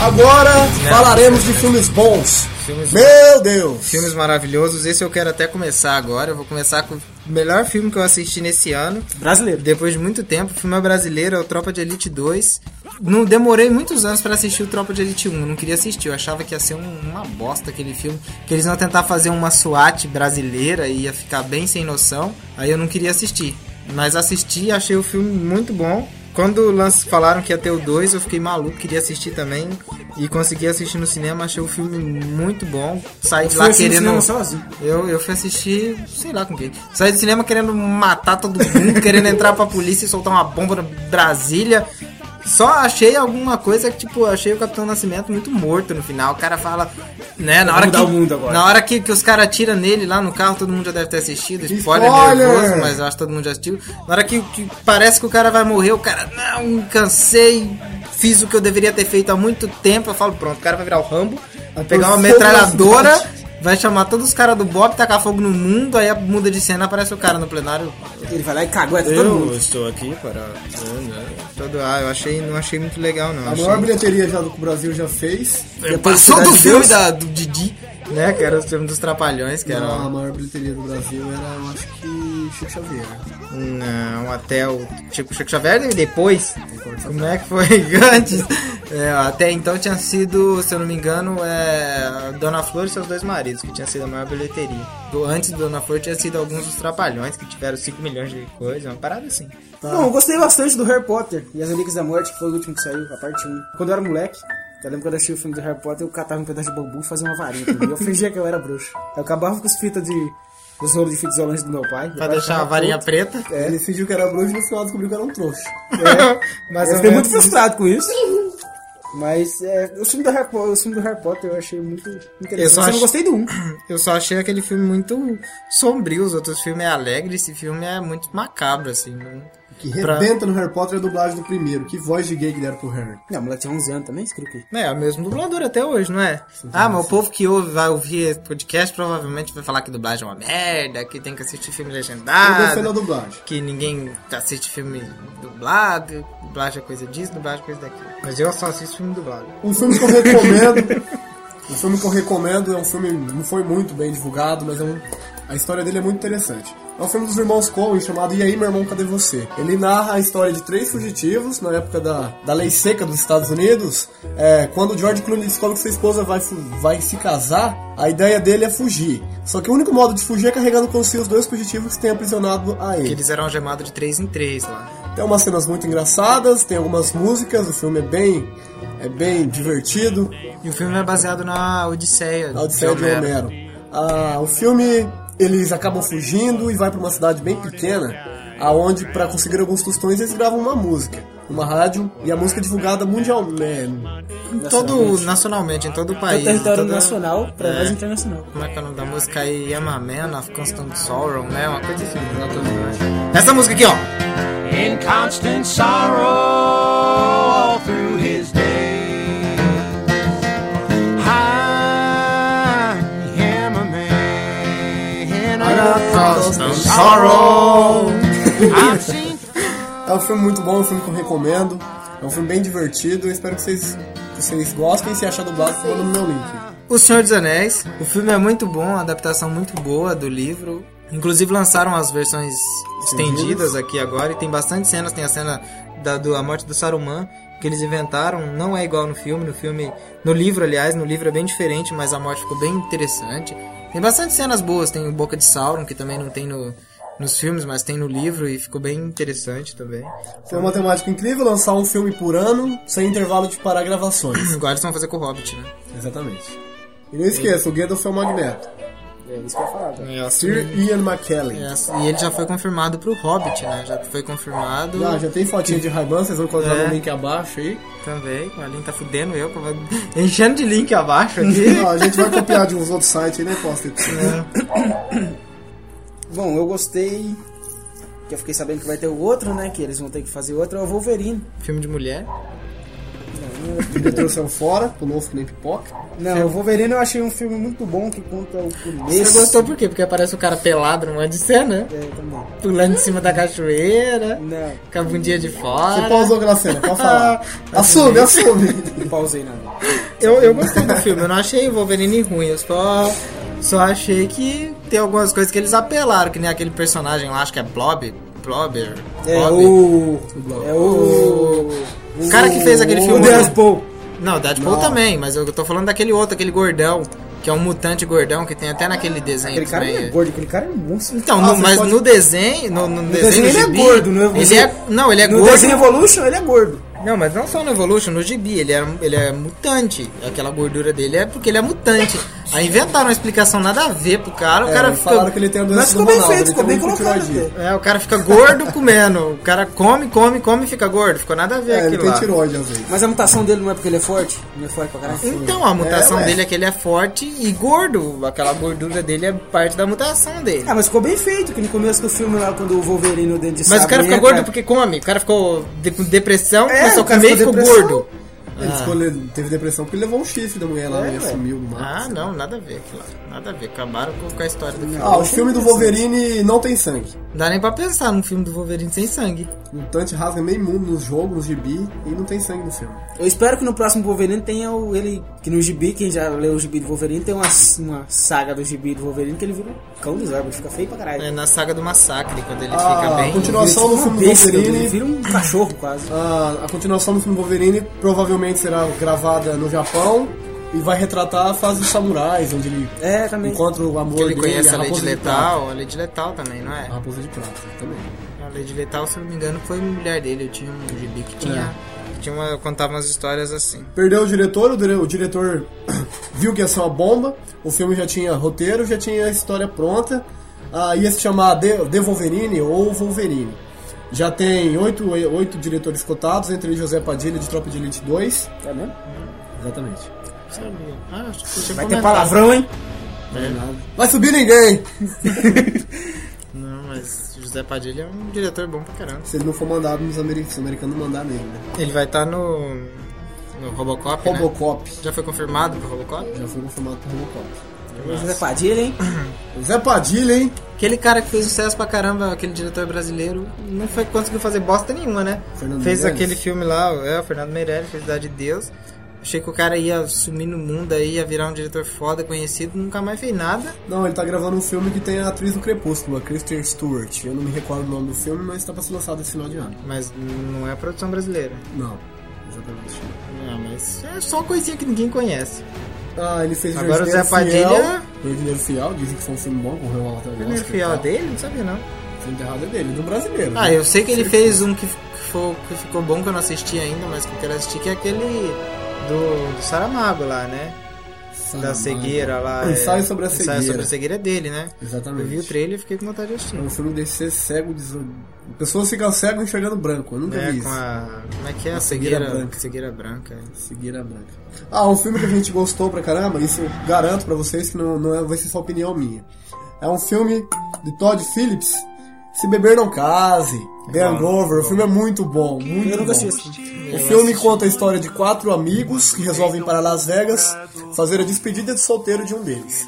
S2: Agora falaremos de filmes bons.
S1: Né? Filmes-
S2: Meu Deus!
S1: Filmes maravilhosos. Esse eu quero até começar agora. Eu vou começar com o melhor filme que eu assisti nesse ano.
S3: Brasileiro.
S1: Depois de muito tempo, o filme é brasileiro, é o Tropa de Elite 2. Não demorei muitos anos pra assistir o Tropa de Elite 1, eu não queria assistir, eu achava que ia ser um- uma bosta aquele filme, que eles iam tentar fazer uma SWAT brasileira e ia ficar bem sem noção, aí eu não queria assistir. Mas assisti, achei o filme muito bom. Quando lanç- falaram que ia ter o 2, eu fiquei maluco, queria assistir também. E consegui assistir no cinema, achei o filme muito bom. Saí de
S3: Eu
S1: lá
S3: fui assistir no
S1: querendo.
S3: cinema sozinho.
S1: Eu, eu fui assistir, sei lá com quem. Saí do cinema querendo matar todo mundo, querendo entrar pra polícia e soltar uma bomba na Brasília. Só achei alguma coisa que, tipo, achei o Capitão Nascimento muito morto no final. O cara fala, né, na hora que.
S3: mudar o mundo agora.
S1: Na hora que, que os caras atiram nele lá no carro, todo mundo já deve ter assistido. Spoiler,
S2: Spoiler!
S1: nervoso, mas eu acho que todo mundo já assistiu. Na hora que, que parece que o cara vai morrer, o cara, não, cansei, fiz o que eu deveria ter feito há muito tempo. Eu falo, pronto, o cara vai virar o Rambo, vai pegar uma
S2: Fogo na
S1: metralhadora.
S2: cidade.
S1: Vai chamar todos os caras do Bob, tacar fogo no mundo, aí muda de cena, aparece o cara no plenário.
S3: Ele vai lá e cagueta todo mundo.
S6: estou aqui para.
S1: Todo, ah, eu achei, não achei muito legal, não.
S2: A maior bilheteria já do que o Brasil já fez.
S1: Achei... Passou do filme da, do Didi, né? Que era o filme dos Trapalhões, que era.
S2: Não, a maior bilheteria do Brasil era, eu acho que Chico Xavier.
S1: Não, até o Chico, Chico Xavier e depois. Como é que foi antes? É, até então tinha sido, se eu não me engano, é, Dona Flor e seus dois maridos, que tinha sido a maior bilheteria. Do- Antes do Dona Flor tinha sido alguns dos Trapalhões, que tiveram 5 milhões de coisas, uma parada assim.
S3: Não, eu gostei bastante do Harry Potter e as Relíquias da Morte, que foi o último que saiu, a parte 1. Quando eu era moleque, eu lembro quando eu achei o filme do Harry Potter, eu catava um pedaço de bambu e fazia uma varinha. pra mim. Eu fingia que eu era bruxo. Eu acabava com as fitas de... Os rolos de fita isolante do meu pai. Meu
S1: Pra
S3: pai
S1: deixar a
S3: ficava
S1: varinha
S3: puto.
S1: preta.
S2: Ele fingiu que era bruxo e no final descobriu que era um trouxa.
S1: Mas
S3: Eu fiquei muito frustrado com é isso. Mas é, o, filme do Harry, Po- o filme do Harry Potter eu achei muito interessante.
S1: Eu
S3: Eu
S1: só
S3: só
S1: acho-
S3: não gostei do um.
S1: Eu só achei aquele filme muito sombrio, os outros filmes é alegre, esse filme é muito macabro, assim. não-
S2: Que
S1: Pra-
S2: rebenta no Harry Potter é a dublagem do primeiro. Que voz de gay que deram pro Harry.
S3: Não, o moleque tinha 11 anos também, escrito aqui.
S1: É, é o mesmo dublador até hoje, não é? Ah, mas o povo que ouve, vai ouvir esse podcast provavelmente vai falar que dublagem é uma merda, que tem que assistir filme
S2: Eu defendo a
S1: legendado,
S2: dublagem.
S1: que ninguém assiste filme dublado, dublagem é coisa disso, dublagem é coisa daquilo. Mas eu só assisto filme dublado.
S2: Um filme que eu recomendo. um filme que eu recomendo é um filme não foi muito bem divulgado, mas é um, a história dele é muito interessante. É um filme dos irmãos Coen chamado E aí, meu irmão, cadê você? Ele narra a história de três fugitivos na época da, da lei seca dos Estados Unidos. É, quando George Clooney descobre que sua esposa vai, fu- vai se casar, a ideia dele é fugir. Só que o único modo de fugir é carregando consigo os dois fugitivos que têm aprisionado a
S1: Que
S2: ele.
S1: eles eram algemados de 3 em 3 lá.
S2: Tem umas cenas muito engraçadas, tem algumas músicas, o filme é bem é bem divertido,
S1: E o filme é baseado na Odisseia. é
S2: a Odisseia de Homero. Ah, o filme eles acabam fugindo e vai pra uma cidade bem pequena, aonde pra conseguir alguns tostões eles gravam uma música. uma rádio, e a música é divulgada mundialmente.
S1: Em todo, nacionalmente, em todo o país.
S6: Do É território
S1: em toda-
S6: nacional pra
S1: É.
S6: voz internacional.
S1: Como é que é o nome da música aí? Yamaman of Constant Sorrow, né? Uma coisa assim. Essa música aqui, ó.
S7: in constant sorrow all through his days. I am a man of
S1: Constant Sorrow.
S7: I've seen
S2: É um filme muito bom, é um filme que eu recomendo. É um filme bem divertido, eu espero que vocês, que vocês gostem. Se achar dublado, você manda no meu link.
S1: O Senhor dos Anéis. O filme é muito bom, a adaptação muito boa do livro. Inclusive lançaram as versões estendidas aqui agora e tem bastante cenas. Tem a cena da do, a morte do Saruman que eles inventaram. Não é igual no filme. No filme, no livro, aliás, no livro é bem diferente, mas a morte ficou bem interessante. Tem bastante cenas boas. Tem o Boca de Sauron que também não tem no nos filmes, mas tem no livro e ficou bem interessante também.
S2: Foi uma temática incrível lançar um filme por ano, sem intervalo de parar gravações.
S1: Agora eles vão fazer com o Hobbit, né?
S2: Exatamente. E não esqueça, o Gandalf é o Magneto.
S3: É isso que eu ia falar. cara.
S2: Sir Ian McKellen.
S1: Yes, E ele já foi confirmado pro Hobbit, né? Já foi confirmado
S2: Ah, já tem fotinha de Raiban, vocês vão encontrar
S1: É.
S2: no link abaixo aí.
S1: também. O Aline tá fudendo eu, como- enchendo de link abaixo aqui.
S2: Ó, a gente vai copiar de uns outros sites aí, né? Posta aí pra você.
S6: Bom, eu gostei. Que eu fiquei sabendo que vai ter o outro, né? Que eles vão ter que fazer outro. É o Wolverine.
S1: Filme de mulher.
S2: Ele trouxe um fora, pro novo que nem pipoca.
S3: Não, o Wolverine eu achei um filme muito bom que conta o começo.
S1: Você gostou por quê? Porque aparece o cara pelado numa de cena,
S3: É, também.
S1: pulando em cima da cachoeira,
S3: Não, Tá
S1: com a bundinha de
S2: Você
S1: fora.
S2: pausou, Gracena, pode falar. assume, assume.
S3: não pausei nada.
S1: Eu, eu gostei do filme, eu não achei o Wolverine ruim, eu só, só achei que tem algumas coisas que eles apelaram, que nem aquele personagem lá, acho que é Blob. Blobber.
S3: É
S1: Blob.
S3: o. É o.
S1: O cara que fez aquele
S3: O
S1: filme.
S3: Deadpool.
S1: Não, o Deadpool também, mas eu tô falando daquele outro, aquele gordão, que é um mutante gordão que tem até naquele desenho
S3: Aquele cara não é
S1: X-Men.
S3: gordo, aquele
S6: um
S3: cara é monstro.
S1: Então,
S3: Ah,
S1: no-
S3: você
S1: mas
S3: pode-
S1: no desenho, no, no
S3: desenho
S1: desenho,
S3: ele é
S1: gibi,
S3: gordo, né?
S1: Ele
S3: Você-
S1: é, não, ele é
S3: No
S1: gordo.
S3: Desenho Evolution ele é gordo.
S1: Não, mas não só no Evolution, no gibi, ele é, ele é mutante. Aquela gordura dele é porque ele é mutante. Aí inventaram uma explicação nada a ver pro cara, o
S2: É,
S1: cara
S2: eles falaram que
S1: fica
S2: ele tem a doença
S3: Mas ficou
S2: do
S3: bem
S2: Ronaldo,
S3: feito,
S2: ele
S3: ficou
S2: tem
S3: bem
S2: muito
S3: colocado.
S2: tiroidite.
S6: né?
S3: até.
S1: é, o cara fica gordo comendo. O cara come, come, come e fica gordo. Ficou nada a ver
S2: É, ele
S1: aquilo
S2: tem
S1: lá.
S2: tiroide às vezes.
S6: Mas a mutação dele não é porque ele é forte? Não é forte pra caralho?
S1: Então, a mutação
S2: ué.
S1: dele é que ele é forte e gordo. Aquela gordura dele é parte da mutação dele.
S6: Ah, mas ficou bem feito, que no começo do filme lá, quando o Wolverine o dente de
S1: Mas o
S6: sabre
S1: cara fica
S6: entra-
S1: gordo porque come. O cara ficou de, com depressão,
S3: É,
S1: começou
S3: o
S1: a
S3: cara
S1: comer e
S3: ficou
S1: ficou
S3: depressão.
S1: gordo.
S3: Ah.
S2: Ele escolheu, teve depressão porque ele levou um chifre da mulher lá e assumiu o
S1: Ah, não, nada a ver aquilo lá. Nada a ver. Acabaram com com a história do filme.
S2: Ah, o filme do Wolverine não tem sangue.
S1: Não dá nem pra pensar num filme do Wolverine sem sangue.
S2: O Mutante rasga meio mundo nos jogos, nos gibi, e não tem sangue no filme.
S6: Eu espero que no próximo Wolverine tenha o, ele. Que no Gibi, quem já leu o Gibi do Wolverine, tem uma, uma saga do Gibi do Wolverine que ele vira um cão dos árvores, fica feio pra caralho.
S1: É na saga do Massacre, quando ele fica
S2: Ah,
S1: bem.
S2: a continuação do
S6: Ele vira uma
S2: filme do
S6: besta, ele
S2: Wolverine.
S6: vira um cachorro quase.
S2: ah, a continuação do filme do Wolverine provavelmente será gravada no Japão e vai retratar a fase dos samurais, onde ele
S6: É, também.
S2: encontra o amor
S1: Que ele é tá?
S2: dele,
S1: conhece a Lady
S2: Raposa de Prata.
S1: Letal. A Lady Letal também, não
S2: A
S1: é?
S2: Raposa de Prata, também.
S1: A Lady Letal, se eu não me engano, foi mulher dele. Eu tinha um gibi que tinha. que tinha uma, contava umas histórias assim.
S2: Perdeu o diretor, o, dire- o diretor viu que ia ser uma bomba, o filme já tinha roteiro, já tinha a história pronta, ah, ia se chamar The, The Wolverine ou Wolverine. Já tem oito, oito diretores cotados, entre eles José Padilha de Tropa de Elite 2.
S3: Tá vendo?
S2: Exatamente.
S1: Ah, acho que você
S3: Vai ter palavrão, hein?
S2: Vai subir ninguém!
S1: Não, mas José Padilha é um diretor bom pra caramba.
S2: Se ele não for mandado nos americanos, os americanos não mandar nele, né?
S1: Ele vai estar no. no Robocop, né?
S2: Robocop.
S1: Já foi confirmado pro Robocop?
S2: Já foi confirmado por Robocop.
S6: José Padilha, hein?
S2: Zé Padilha, hein?
S1: Aquele cara que fez sucesso pra caramba, aquele diretor brasileiro, não foi, conseguiu fazer bosta nenhuma, né?
S2: Fernando
S1: fez
S2: Meirelles.
S1: aquele filme lá, é, o Fernando Meirelles, fez Cidade de Deus. Achei que o cara ia sumir no mundo aí, ia virar um diretor foda, conhecido, nunca mais fez nada.
S2: Não, ele tá gravando um filme que tem a atriz do Crepúsculo, a Kristen Stewart. Eu não me recordo o nome do filme, mas tá pra ser lançado esse final de ano.
S1: Mas não é produção brasileira.
S2: Não, exatamente.
S1: Não, mas é só coisinha que ninguém conhece.
S2: Ah, ele fez
S1: Agora o Zé
S2: Jardineiro
S1: Padilha-
S2: Fiel. Jardineiro Fiel, dizem que foi um filme bom, correu lá atrás.
S1: O fiel dele? Não sabia não.
S2: O filme errado é dele, do brasileiro. né?
S1: Ah, eu sei que ele fez um que, f- que fo- que ficou bom que eu não assisti ainda, mas que eu quero assistir, que é aquele do, do Saramago lá, né?
S6: Sandman.
S1: da cegueira lá. é,
S2: Ensaio sobre a
S1: Ensaio
S2: cegueira.
S1: sobre a cegueira é dele, né?
S2: Exatamente.
S1: Eu vi o trailer e fiquei com vontade de assistir. Né,
S2: É um filme de ser cego. Des... Pessoas ficam cegas enxergando branco. Eu nunca
S1: É,
S2: vi
S1: com
S2: isso.
S1: a. Como é que é? A
S2: cegueira
S1: cegueira, branca.
S2: branca.
S1: Cegueira branca. é.
S2: Cegueira branca. Ah, um filme que a gente gostou pra caramba, isso eu garanto pra vocês que não, não é, vai ser só opinião minha. É um filme de Todd Phillips, Se Beber Não Case, The Hangover. O filme é muito bom, muito
S6: Eu nunca
S2: bom.
S6: assisti
S2: O filme conta a história de quatro amigos que resolvem ir para Las Vegas fazer a despedida de solteiro de um deles.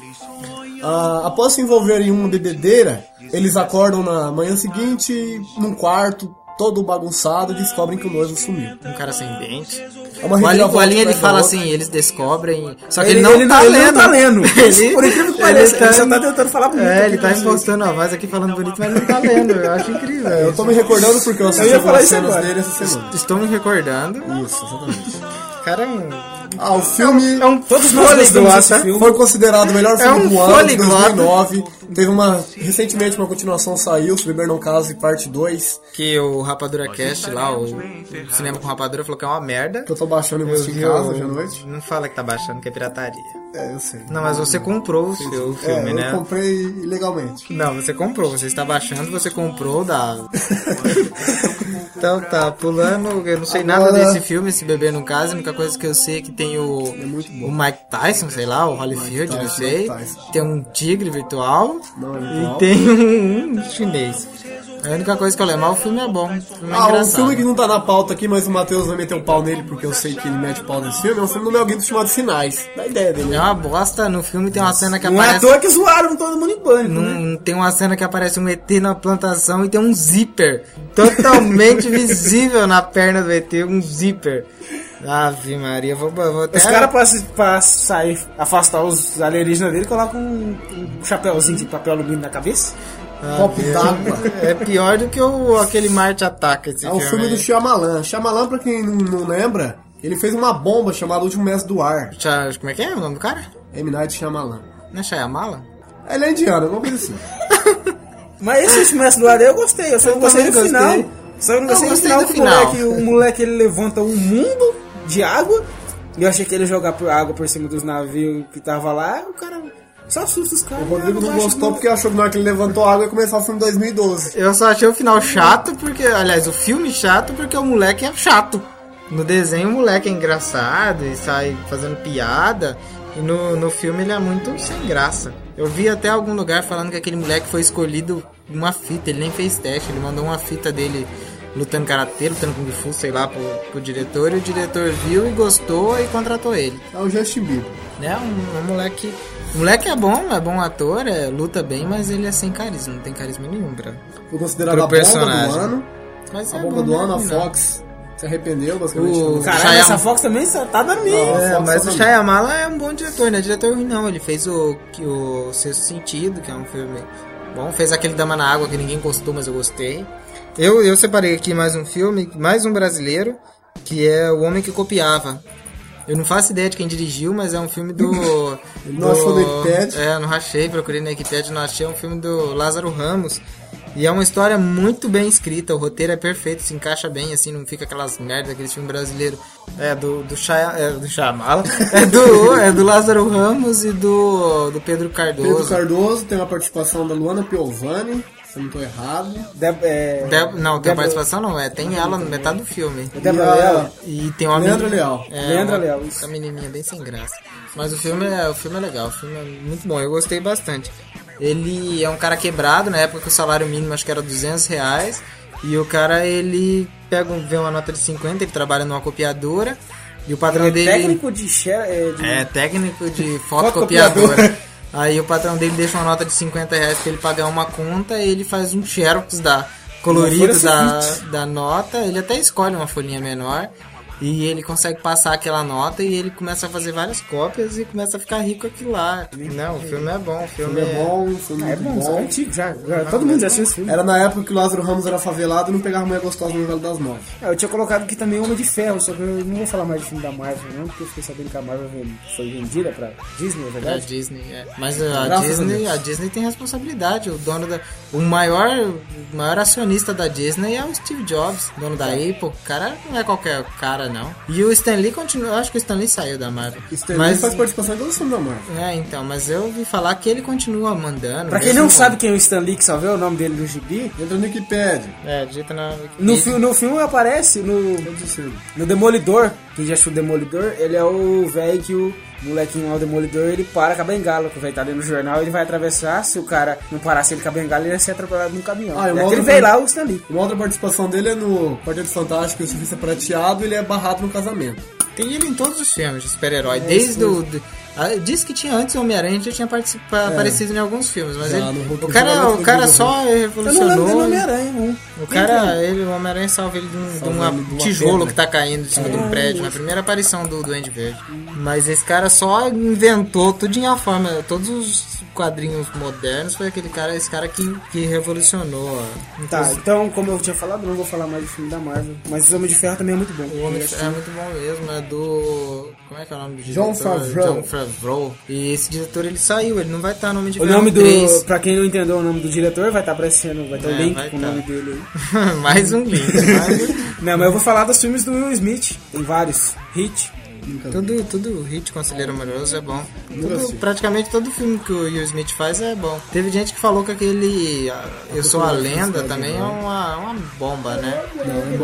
S2: Ah, após se envolverem em uma bebedeira, eles acordam na manhã seguinte num quarto todo bagunçado e descobrem que o noivo sumiu.
S1: Um cara sem dente.
S2: É uma
S1: O Alinha,
S2: reviravolta
S1: o Alinha, ele
S2: atrás da
S1: fala
S2: outra.
S1: assim, eles descobrem. Só que
S6: Ele-
S1: ele, não,
S6: ele
S1: tá
S6: não- ele
S1: lendo.
S6: não tá lendo.
S1: Ele,
S6: Por incrível que pareça, ele só tá tentando falar bonito
S1: É, ele
S6: aqui né?
S1: tá
S6: pra vocês.
S1: impostando a voz aqui falando bonito, mas não tá lendo. Eu acho incrível.
S2: É, Eu
S6: É.
S2: tô me recordando porque eu assisti
S6: ia falar
S2: algumas
S6: isso
S2: cenas
S6: agora.
S2: dele essa semana.
S1: Estou me recordando.
S2: Isso, exatamente.
S1: O cara é um.
S2: Ah, o filme
S1: É um
S6: Todos nós
S1: fôlego,
S6: gostamos desse
S1: tá?
S6: filme.
S2: foi considerado o melhor filme
S1: um
S2: do ano de
S1: fôlego,
S2: 2009. Teve uma... Recentemente uma continuação saiu, Se Beber Não Case, parte 2,
S1: Que o Rapadura Cast lá, o, o cinema com Rapadura, falou que é uma merda.
S2: que eu tô baixando e vou assistir em
S1: Eu-
S2: casa hoje à noite.
S1: Não fala que tá baixando, que é pirataria.
S2: É, eu sei.
S1: Não, mas você comprou o seu filme,
S2: é,
S1: né?
S2: eu comprei ilegalmente.
S1: Não, você comprou, você está baixando, você comprou da. então tá, pulando, eu não sei nada
S2: Agora-
S1: desse filme, esse bebê no caso, a única coisa que eu sei é que tem o.
S2: muito bom.
S1: o Mike Tyson, sei lá, o Holyfield,
S2: Mike
S1: não
S2: Tyson,
S1: sei.
S2: Mike Tyson.
S1: Tem um tigre virtual
S2: Não, é
S1: e
S2: virtual.
S1: tem um, um chinês. A única coisa que eu lembro, mas o filme é bom. O filme é
S2: Ah, um
S1: engraçado.
S2: filme que não tá na pauta aqui, mas o Matheus vai meter o pau nele porque eu sei que ele mete o pau nesse filme. É um filme do Mel Gibson chamado Sinais. Dá ideia dele. né?
S1: É uma bosta, no filme tem uma cena
S2: Um
S1: que
S6: Não é à
S1: aparece.
S6: toa que zoaram todo mundo em pânico, né?
S1: Num- Hum, tem uma cena que aparece um ET na plantação e tem um zíper totalmente visível na perna do ET, um zíper. Ave Maria, eu vou, eu vou até.
S6: Os caras,
S2: é
S6: pra, se- pra sair, afastar os alienígenas dele, colocam um, um chapéuzinho de papel alumínio na cabeça.
S1: Ah,
S2: copo
S1: Deus.
S2: d'água.
S1: É pior do que o, aquele Marte Ataca. Esse
S2: É um filme do
S1: aí.
S2: Shyamalan. Shyamalan, pra quem não, não lembra, ele fez uma bomba chamada Último Mestre do Ar.
S1: Cha- Como é que é o nome do cara?
S2: M. Night Shyamalan.
S1: Não é Shyamala?
S2: Ele é indiano, alguma coisa assim.
S6: Mas esse mestre do ar eu gostei, Ah. eu só não gostei
S1: também
S6: do final.
S1: gostei.
S6: Só eu não
S1: Eu
S6: gostei do
S1: gostei
S6: final,
S1: do
S6: que o
S1: final.
S6: moleque, o moleque ele levanta um mundo de água. E eu achei que ele ia jogar por- água por cima dos navios que tava lá, o cara só assusta os caras.
S2: O Rodrigo
S6: né?
S2: não
S6: Eu acho
S2: gostou
S6: que
S2: porque achou que na hora que ele levantou a água ia começar o filme 2012.
S1: Eu só achei o final chato porque. Aliás, o filme chato porque o moleque é chato. No desenho o moleque é engraçado e sai fazendo piada. E no, no filme ele é muito sem graça. Eu vi até algum lugar falando que aquele moleque foi escolhido uma fita, ele nem fez teste, ele mandou uma fita dele lutando karatê, lutando kung fu, sei lá, pro, pro diretor, e o diretor viu e gostou e contratou ele.
S2: É o Justin Bieber.
S1: Né? Um, um moleque. O moleque é bom, é bom ator, é, luta bem, mas ele é sem carisma, não tem carisma nenhum pra.
S2: Foi considerado
S1: Pro
S2: a bomba do
S1: personagem.
S2: ano.
S1: Mas
S2: A
S1: é
S2: bomba
S1: bom,
S2: do
S1: né,
S2: ano, a
S1: menino?
S2: Fox se arrependeu, basicamente. né?
S1: O-
S2: não-
S1: Cara,
S6: Caralho,
S1: Shyam-
S6: essa Fox também só tá dando mim.
S1: É,
S2: Fox
S1: mas o
S2: também.
S1: Shyamala é um bom diretor, não é diretor ruim não. Ele fez o, que- o Sexto Sentido, que é um filme bom. Fez aquele Dama na Água que ninguém gostou, mas eu gostei. Eu, eu separei aqui mais um filme, mais um brasileiro, que é O Homem que Copiava. Eu não faço ideia de quem dirigiu, mas é um filme do...
S2: Não achou no Wikipedia?
S1: É, não achei, procurei no Wikipedia, não achei. É um filme do Lázaro Ramos. E é uma história muito bem escrita, o roteiro é perfeito, se encaixa bem, assim, não fica aquelas merdas, aqueles filmes brasileiros. É, do, do, Chaya, é, do Chamala. É do, é do Lázaro Ramos e do, do Pedro Cardoso.
S2: Pedro Cardoso tem uma participação da Luana Piovani, se eu não tô errado.
S6: De- é,
S1: Deb- não, tem
S6: Débora-
S1: participação não, é, tem ela na metade do filme.
S6: Débora
S2: E a-
S6: Leal.
S1: E tem um uma
S2: Leandro
S1: meni-
S2: Leal.
S1: É,
S6: Leandro
S1: uma,
S6: Leal, isso.
S1: Uma menininha bem sem graça. Mas o filme é, o filme é legal, o filme é muito bom, eu gostei bastante. Ele é um cara quebrado, na época que o salário mínimo acho que era 200 reais. E o cara, ele pega um, vê uma nota de 50, ele trabalha numa copiadora. E o patrão dele...
S6: Técnico de, xe- é, de
S1: É, técnico de
S6: Fotocopiadora.
S1: fotocopiadora. Aí o patrão dele deixa uma nota de 50 reais pra ele pagar uma conta e ele faz um xerox da
S6: Uma
S1: colorido
S6: folha
S1: da, da nota. Ele até escolhe uma folhinha menor e ele consegue passar aquela nota e ele começa a fazer várias cópias e começa a ficar rico com aquilo lá. Não, o filme é bom, o filme
S2: É
S1: é...
S2: bom, foi muito
S6: É bom, só é
S2: bom.
S6: antigo já. já todo mundo já assistiu esse filme.
S2: Era na época que o Lázaro Ramos era favelado e não pegava mulher gostosa no Vale das Nove.
S6: É, eu tinha colocado aqui também Homem de Ferro, só que eu não vou falar mais de filme da Marvel, não, porque eu fiquei sabendo que a Marvel ven- foi vendida pra Disney, é
S1: Da
S6: verdade?
S1: Disney, é. Mas a
S2: Graças a
S1: Disney,
S2: Deus.
S1: a Disney tem responsabilidade. O dono da. O maior, o maior acionista da Disney é o Steve Jobs, dono da Apple. O cara não é qualquer cara cara, não. E o Stan Lee continua. Eu acho que o Stan Lee saiu da Marvel.
S2: Stan Lee
S1: mas,
S2: faz participação em todos os filmes da Marvel.
S1: É, então, mas eu ouvi falar que ele continua mandando.
S3: Pra quem
S1: mesmo-
S3: não sabe quem é o Stan Lee, que só vê o nome dele no gibi,
S2: Entra no Wikipedia.
S1: É, dita na.
S3: no, fi no filme aparece no,
S2: Todos os filmes.
S3: no Demolidor. Quem já achou o Demolidor, ele é o velho que o molequinho lá, o Demolidor, ele para com a bengala. Que o velho tá dentro do jornal, ele vai atravessar. Se o cara não parasse ele com a bengala, ele ia ser atropelado num caminhão.
S2: Ah, e
S3: é
S2: uma
S3: aquele
S2: outra
S3: velho
S2: coisa-
S3: lá, o Stan Lee.
S2: Uma outra participação dele é no Quarteto Fantástico, o surfista prateado, ele é barrado no casamento.
S1: Tem ele em todos os filmes de
S2: É,
S1: super-herói. desde o. do- ah, Diz que tinha antes o Homem-Aranha, já tinha participa- aparecido em alguns filmes, mas
S2: É. Já,
S1: ele-
S2: no Hulk
S1: o cara, é
S2: Hulk,
S1: o cara
S2: Hulk.
S1: só
S3: Eu não lembro dele no
S1: evolucionou.
S3: Homem-Aranha, né? não.
S1: O cara, ele, o Homem-Aranha salva ele de um, de uma-
S2: Uhum. ele de uma
S1: tijolo
S2: pedra. Uhum.
S1: que tá caindo de cima de um prédio, na primeira aparição do Duende Verde. Mas esse cara só inventou tudo em a forma. Todos os quadrinhos modernos foi aquele cara, esse cara que, que revolucionou. ó.
S3: Tá, então, como eu tinha falado, não vou falar mais do filme da Marvel. Mas o Homem de Ferro também é muito bom.
S1: O Homem de Ferro é muito bom mesmo, é do. Como é que é o nome do diretor?
S2: John Favreau.
S1: John Favreau. E esse diretor ele saiu, ele não vai estar no Homem de
S3: O
S1: Ferro
S3: nome do.
S1: 3.
S3: Pra quem não entendeu o nome do diretor, vai estar aparecendo, vai ter o
S1: É, vai
S3: link com o
S1: tá.
S3: nome dele aí.
S1: mais um link. mais
S3: Não, mas eu vou falar dos filmes do Will Smith. Tem vários. Hit.
S1: um- tudo, tudo hit Conselheiro Amoroso é bom. Tudo-
S2: assisti.
S1: praticamente todo filme que o Will Smith faz é bom. Teve gente que falou que aquele ah, Eu Sou a Lenda também é uma, uma bomba, né?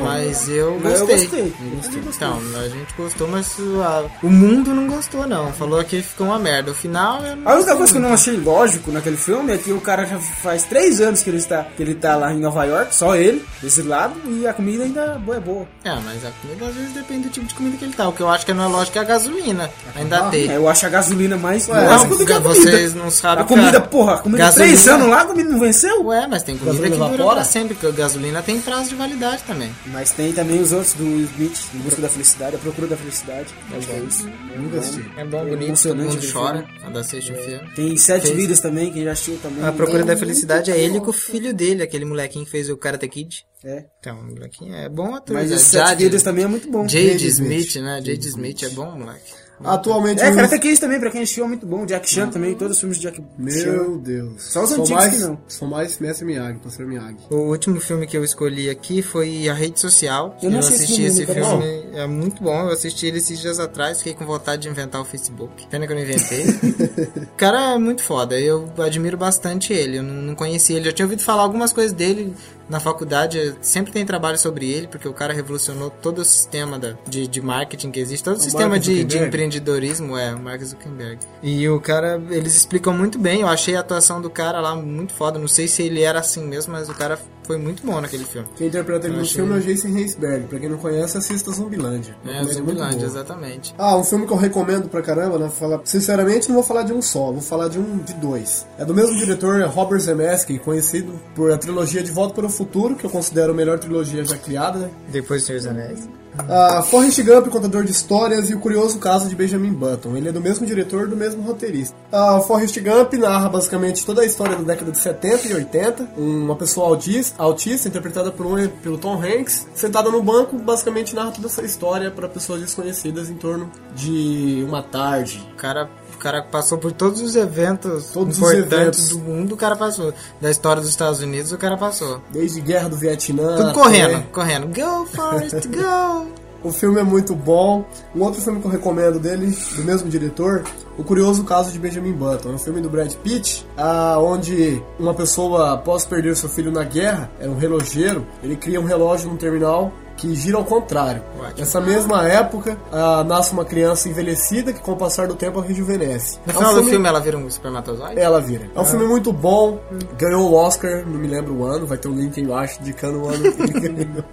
S1: Mas eu
S3: Mas é eu
S1: gostei.
S3: gostei.
S1: Então, a gente gostou, mas ah, o mundo não gostou, não. Falou que ficou uma merda. O final eu não
S3: A única coisa que eu não achei lógico naquele filme é que o cara já faz três anos que ele está, que ele tá lá em Nova York, só ele, desse lado, e a comida ainda boa é boa.
S1: É, mas a comida às vezes depende do tipo de comida que ele tá. O que eu acho que não é lógico é a gasolina. Ainda tem.
S3: É, Eu acho a gasolina mais
S1: Não,
S3: lógico do que a comida.
S1: vocês não sabem
S3: a comida,
S1: cara.
S3: porra, a comida
S1: Gasolina-
S3: três anos lá, a comida não venceu?
S1: Ué, mas tem comida
S2: Gasolina
S1: que dura
S2: evapora?
S1: pra sempre, porque a gasolina tem prazo de validade também.
S3: Mas tem também os outros do Will Smith, Em Busca da Felicidade, A Procura da Felicidade. Acho que é isso.
S2: Nunca assisti.
S1: É bom, bonito, todo
S3: emocionante
S1: mundo
S3: aquele
S1: chora quando
S3: É.
S1: assiste o filme.
S3: Tem Sete
S1: Fez.
S3: Vidas também, quem já assistiu também.
S1: A Procura da Felicidade é ele com o filho dele, aquele molequinho que fez o Karate Kid.
S3: É.
S1: Então, o molequinho é bom ator.
S3: Mas
S1: né?
S3: esse Sete
S1: Jade-
S3: Vidas também é muito bom.
S1: Jade Smith, né? Jade Smith é bom, moleque.
S2: Atualmente...
S3: É,
S2: o-
S3: Karate Kid também, pra quem assistiu, é muito bom. Jack Chan também, todos os filmes de Jack Chan.
S2: Meu Deus.
S3: Só os
S2: Sou
S3: antigos
S2: mais,
S3: que não.
S2: Sou mais Mestre Miyagi, Pastor Miyagi.
S1: O último filme que eu escolhi aqui foi A Rede Social.
S3: Eu não assisti
S1: assisti
S3: esse
S1: esse
S3: filme, tá
S1: filme, é muito bom. Eu assisti ele esses dias atrás, fiquei com vontade de inventar o Facebook. Pena que eu não inventei. o cara é muito foda, eu admiro bastante ele. Eu não não conhecia ele, eu tinha ouvido falar algumas coisas dele na faculdade. Sempre tem trabalho sobre ele, porque o cara revolucionou todo o sistema da- de, de marketing que existe, todo o sistema
S2: Mark
S1: de, de
S2: É Zuckerberg.
S1: empreendedorismo, é, o Mark Zuckerberg. E o cara, eles explicam muito bem. Eu achei a atuação do cara lá muito foda. Não sei se ele era assim mesmo, mas o cara foi muito bom naquele filme.
S2: Quem interpreta ele no
S1: achei-
S2: filme é o Jason Reisberg. Pra quem não conhece, assista Zumbilândia. Uma
S1: É,
S2: comédia muito
S1: Zumbilândia,
S2: boa.
S1: exatamente.
S2: Ah, um filme que eu recomendo pra caramba, não vou falar, sinceramente não vou falar de um só, vou falar de um de dois. É do mesmo diretor, Robert Zemeckis, conhecido por a trilogia De Volta para o Futuro, que eu considero a melhor trilogia já criada, né?
S1: Depois do Senhor dos Anéis.
S2: Ah, Forrest Gump, contador de histórias e o curioso caso de Benjamin Button. Ele é do mesmo diretor, do mesmo roteirista. Ah, Forrest Gump narra basicamente toda a história da década de 70 e 80. Uma pessoa autis- autista, interpretada por um, pelo Tom Hanks, sentada no banco, basicamente narra toda essa história para pessoas desconhecidas em torno de uma tarde.
S1: O cara, o cara passou por todos os eventos
S2: Todos os
S1: importantes
S2: eventos.
S1: do mundo, o cara passou. Da história dos Estados Unidos, o cara passou.
S2: Desde Guerra do Vietnã.
S1: Tudo
S2: até-
S1: correndo, correndo. Go, Forrest, go!
S2: O filme é muito bom. Um outro filme que eu recomendo dele, do mesmo diretor, O Curioso Caso de Benjamin Button. É um filme do Brad Pitt, ah, onde uma pessoa, após perder seu filho na guerra, era um relojeiro, ele cria um relógio num terminal que gira ao contrário.
S1: Ótimo.
S2: Nessa mesma época, ah, nasce uma criança envelhecida que, com o passar do tempo, rejuvenesce.
S1: No
S2: É um
S1: final do filme ela vira um espermatozoide?
S2: ela vira. É um filme muito bom, ganhou o Oscar, não me lembro o ano, vai ter um link aí embaixo indicando o ano que ele ganhou.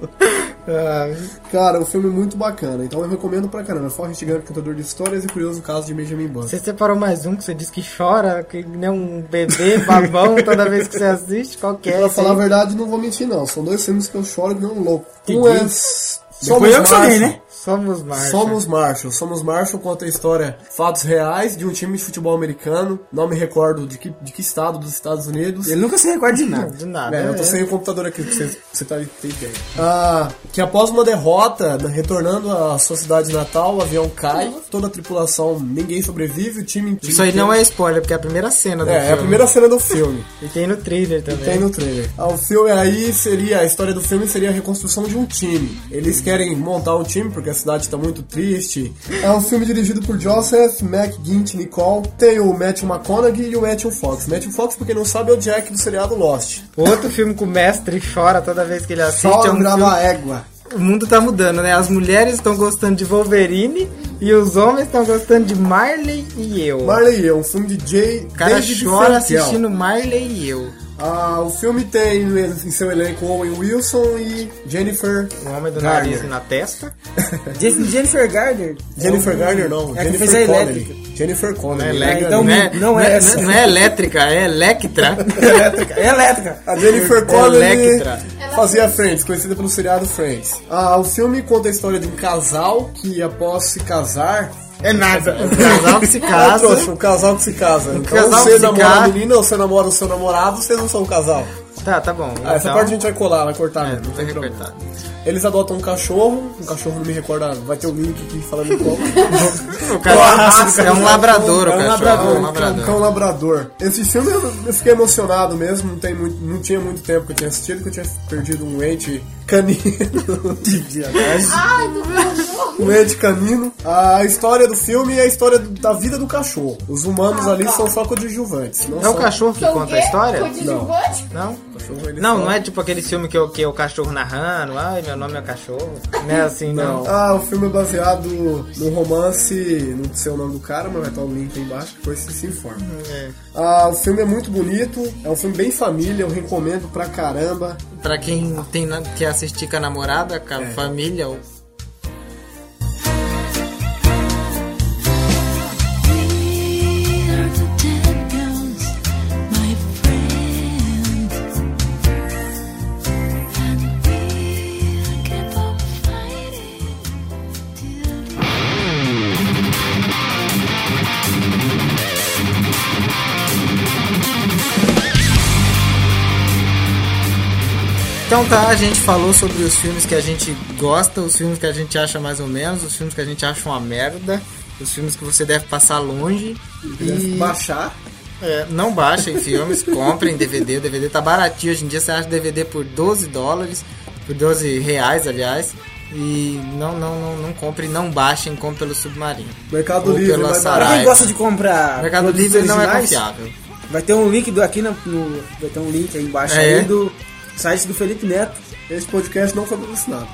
S2: Cara, o filme é muito bacana, então eu recomendo pra caramba. Forrest Gump, contador de histórias e curioso caso de Benjamin Button.
S1: Você separou mais um que você diz que chora, que nem um bebê babão toda vez que você assiste? Qual que é?
S2: Pra
S1: esse
S2: falar a
S1: aí?
S2: verdade, não vou mentir não, são dois filmes que eu choro que não um louco.
S3: Que
S2: um é...
S3: diz?
S2: Somos
S3: eu que sonhei, né?
S1: Somos mais.
S2: Somos Marshall. Somos Marshall conta a história, fatos reais de um time de futebol americano. Não me recordo de que, de que estado dos Estados Unidos.
S3: Ele nunca se recorda de nada.
S1: Do nada.
S2: É, eu tô sem o computador aqui, pra você, você tá entendendo. Ah, que após uma derrota, né, retornando à sua cidade natal, o avião cai, toda a tripulação, ninguém sobrevive, o time...
S1: Isso aí não é spoiler, porque é a primeira cena do
S2: É,
S1: filme.
S2: é a primeira cena do filme.
S1: E tem no trailer também.
S2: Tem no trailer. Ah, o filme aí seria, a história do filme seria a reconstrução de um time. Eles querem montar um time porque a cidade tá muito triste. É um filme dirigido por Joseph McGinty Nicole, tem o Matthew McConaughey e o Matthew Fox. Matthew Fox, pra quem não sabe, é o Jack do seriado Lost.
S1: Outro filme que o mestre chora toda vez que ele assiste.
S2: Só
S1: é um
S2: grava
S1: filme-
S2: a égua.
S1: O mundo tá mudando, né? As mulheres estão gostando de Wolverine e os homens estão gostando de Marley e eu.
S2: Marley é um filme de Jay
S1: o cara
S2: David
S1: chora
S2: Frankel.
S1: assistindo Marley e eu.
S2: Ah, o filme tem em seu elenco Owen Wilson e Jennifer.
S1: O Um homem do
S2: Garner.
S1: nariz na testa.
S6: Jen- Jennifer Gardner.
S2: Jennifer
S3: um
S2: Garner não,
S6: É que
S2: Jennifer
S6: fez a
S2: Connelly.
S6: elétrica.
S2: Jennifer Connelly.
S1: Electra.
S6: então
S1: não, é,
S6: não é essa.
S1: não é elétrica, é Electra.
S6: Elétrica. É elétrica.
S2: A Jennifer Connelly
S1: Electra.
S2: fazia Friends, conhecida pelo seriado Friends. Ah, o filme conta a história de um casal que após se casar
S1: É nada. O casal que se casa.
S2: Ah, trouxa, um casal que se casa. então
S1: casal
S2: você
S1: que se
S2: namora
S1: casa.
S2: a menina ou você namora o seu namorado, vocês não são um casal.
S1: Tá, tá bom.
S2: Ah, essa
S1: então-
S2: parte a gente vai colar, vai cortar,
S1: É,
S2: mesmo, não tem
S1: vai
S2: problema.
S1: cortar.
S2: Eles adotam um cachorro, um cachorro não me recorda, vai ter o link aqui falando qual.
S1: O cara é um labrador, o
S2: é um
S1: cachorro.
S2: labrador,
S1: é um
S2: um
S1: labrador.
S2: cão labrador. Esse filme eu, eu fiquei emocionado mesmo, não, tem muito, não tinha muito tempo que eu tinha assistido, que eu tinha perdido um ente canino de viadagem.
S5: Ai, do cachorro.
S2: Um ente canino. A história do filme é a história do- da vida do cachorro. Os humanos
S5: Ah,
S2: ali
S5: tá.
S2: são só coadjuvantes. Não
S1: É
S2: são
S1: o cachorro que
S5: São
S1: conta a
S5: quê?
S1: história?
S5: Coadjuvante?
S1: Não?
S2: cachorro, ele
S1: Não,
S2: só-
S1: não é tipo aquele filme que é o, que é o cachorro narrando, ai meu nome é cachorro. Não é assim, não.
S2: Ah, o filme é baseado num romance, não sei o nome do cara, mas vai estar o link aí embaixo, depois você se informa.
S1: É.
S2: Ah, o filme é muito bonito, é um filme bem família, eu recomendo pra caramba.
S1: Pra quem tem na- quer assistir com a namorada, com a
S2: É.
S1: família, ou- Então tá, a gente falou sobre os filmes que a gente gosta, os filmes que a gente acha mais ou menos, os filmes que a gente acha uma merda, os filmes que você deve passar longe.
S2: Deve
S1: E
S2: Baixar.
S1: é, não baixem filmes, comprem DVD, o DVD tá baratinho hoje em dia, você acha DVD por 12 dólares, por 12 reais, aliás. E não, não, não, não comprem, não baixem, compre pelo Submarino.
S2: Mercado
S1: Ou
S2: Livre
S1: pela
S2: vai
S1: Saraiva.
S2: barato.
S6: Quem gosta de comprar
S1: Mercado
S6: produtos
S1: Livre não é
S6: originais,
S1: confiável.
S6: Vai ter um link do, aqui na- no, vai ter um link aí embaixo
S1: É.
S6: aí do site do Felipe Neto.
S2: Esse podcast não foi patrocinado.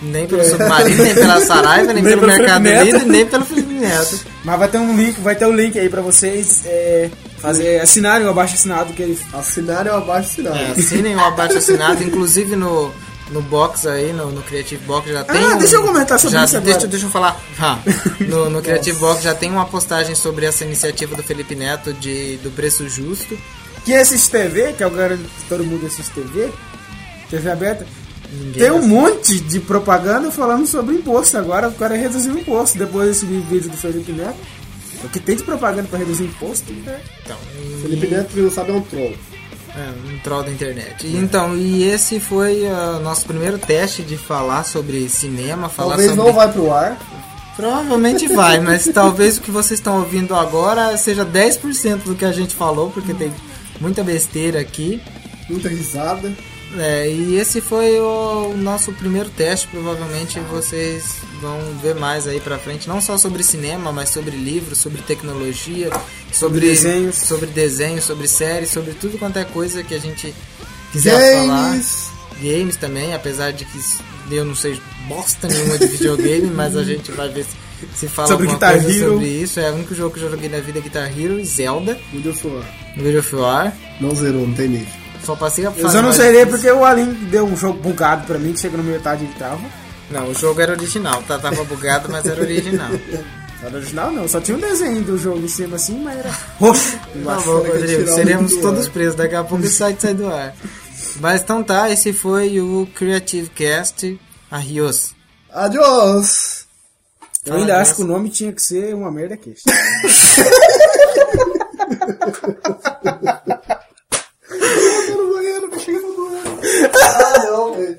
S1: Nem pelo Submarino, nem pela Saraiva, nem,
S6: Nem
S1: pelo,
S6: pelo
S1: Mercado
S6: Felipe Neto.
S1: Livre, nem pelo Felipe Neto.
S6: Mas vai ter um link, vai ter um link aí pra vocês é, fazer assinarem o abaixo assinado que ele
S2: Assinar é o abaixo assinado.
S1: É, assinem o abaixo assinado, inclusive no, no box aí, no, no Creative Box já tem.
S6: Ah,
S1: um-
S6: deixa eu comentar sobre
S1: já,
S6: isso agora.
S1: deixa, Deixa eu falar. Ah, no, no Creative Box já tem uma postagem sobre essa iniciativa do Felipe Neto de, do preço justo.
S6: que é assiste TV, que eu garanto que todo mundo assiste TV, TV aberta, tem um
S1: assiste.
S6: monte de propaganda falando sobre imposto. Agora o cara reduziu o imposto depois desse vídeo do Felipe Neto. O que tem de propaganda pra reduzir imposto? né?
S1: Então,
S2: Felipe Neto, quem não sabe, é um troll.
S1: É, um troll da internet.
S6: É.
S1: E, Então, e esse foi ah, o nosso primeiro teste de falar sobre cinema, falar
S2: Talvez
S1: sobre.
S2: não vai pro ar.
S1: Provavelmente vai, mas talvez o que vocês estão ouvindo agora seja 10% do que a gente falou, porque tem muita besteira aqui.
S2: Muita risada.
S1: É, e esse foi o nosso primeiro teste. Provavelmente vocês vão ver mais aí pra frente, não só sobre cinema, mas sobre livros, sobre tecnologia, sobre
S6: desenhos.
S1: sobre desenho, sobre séries, sobre tudo quanto é coisa que a gente quiser falar.
S2: Games.
S1: Games também, apesar de que eu não sei bosta nenhuma de videogame, mas a gente vai ver se, se fala
S6: Sobre
S1: alguma
S6: Guitar
S1: coisa
S6: Hero.
S1: sobre isso. É o único jogo que eu joguei na vida é Guitar Hero e Zelda,
S2: Meu Deus, foi.
S1: God of War.
S2: Não zerou, não tem nível.
S1: Só passei a
S6: Eu
S1: fase
S6: só não
S1: mais
S6: serei
S1: difícil.
S6: porque o Alin deu um jogo bugado pra mim, que chega no meio tarde ele tava.
S1: Não, o jogo era original, tá? Tava bugado, mas era original.
S6: Não era original não, só tinha um desenho do jogo em cima assim, mas era roxo.
S1: Tá bom,
S2: que
S1: Rodrigo,
S2: tirar o
S1: seremos
S2: do
S1: todos
S2: ar.
S1: presos, daqui a pouco o site sai do ar. Mas então tá, esse foi o Creative Cast. Arrios.
S2: Adiós!
S6: Eu ainda acho que o nome tinha que ser uma merda queixa.
S2: no banheiro, chega no banheiro. Ah, não, velho.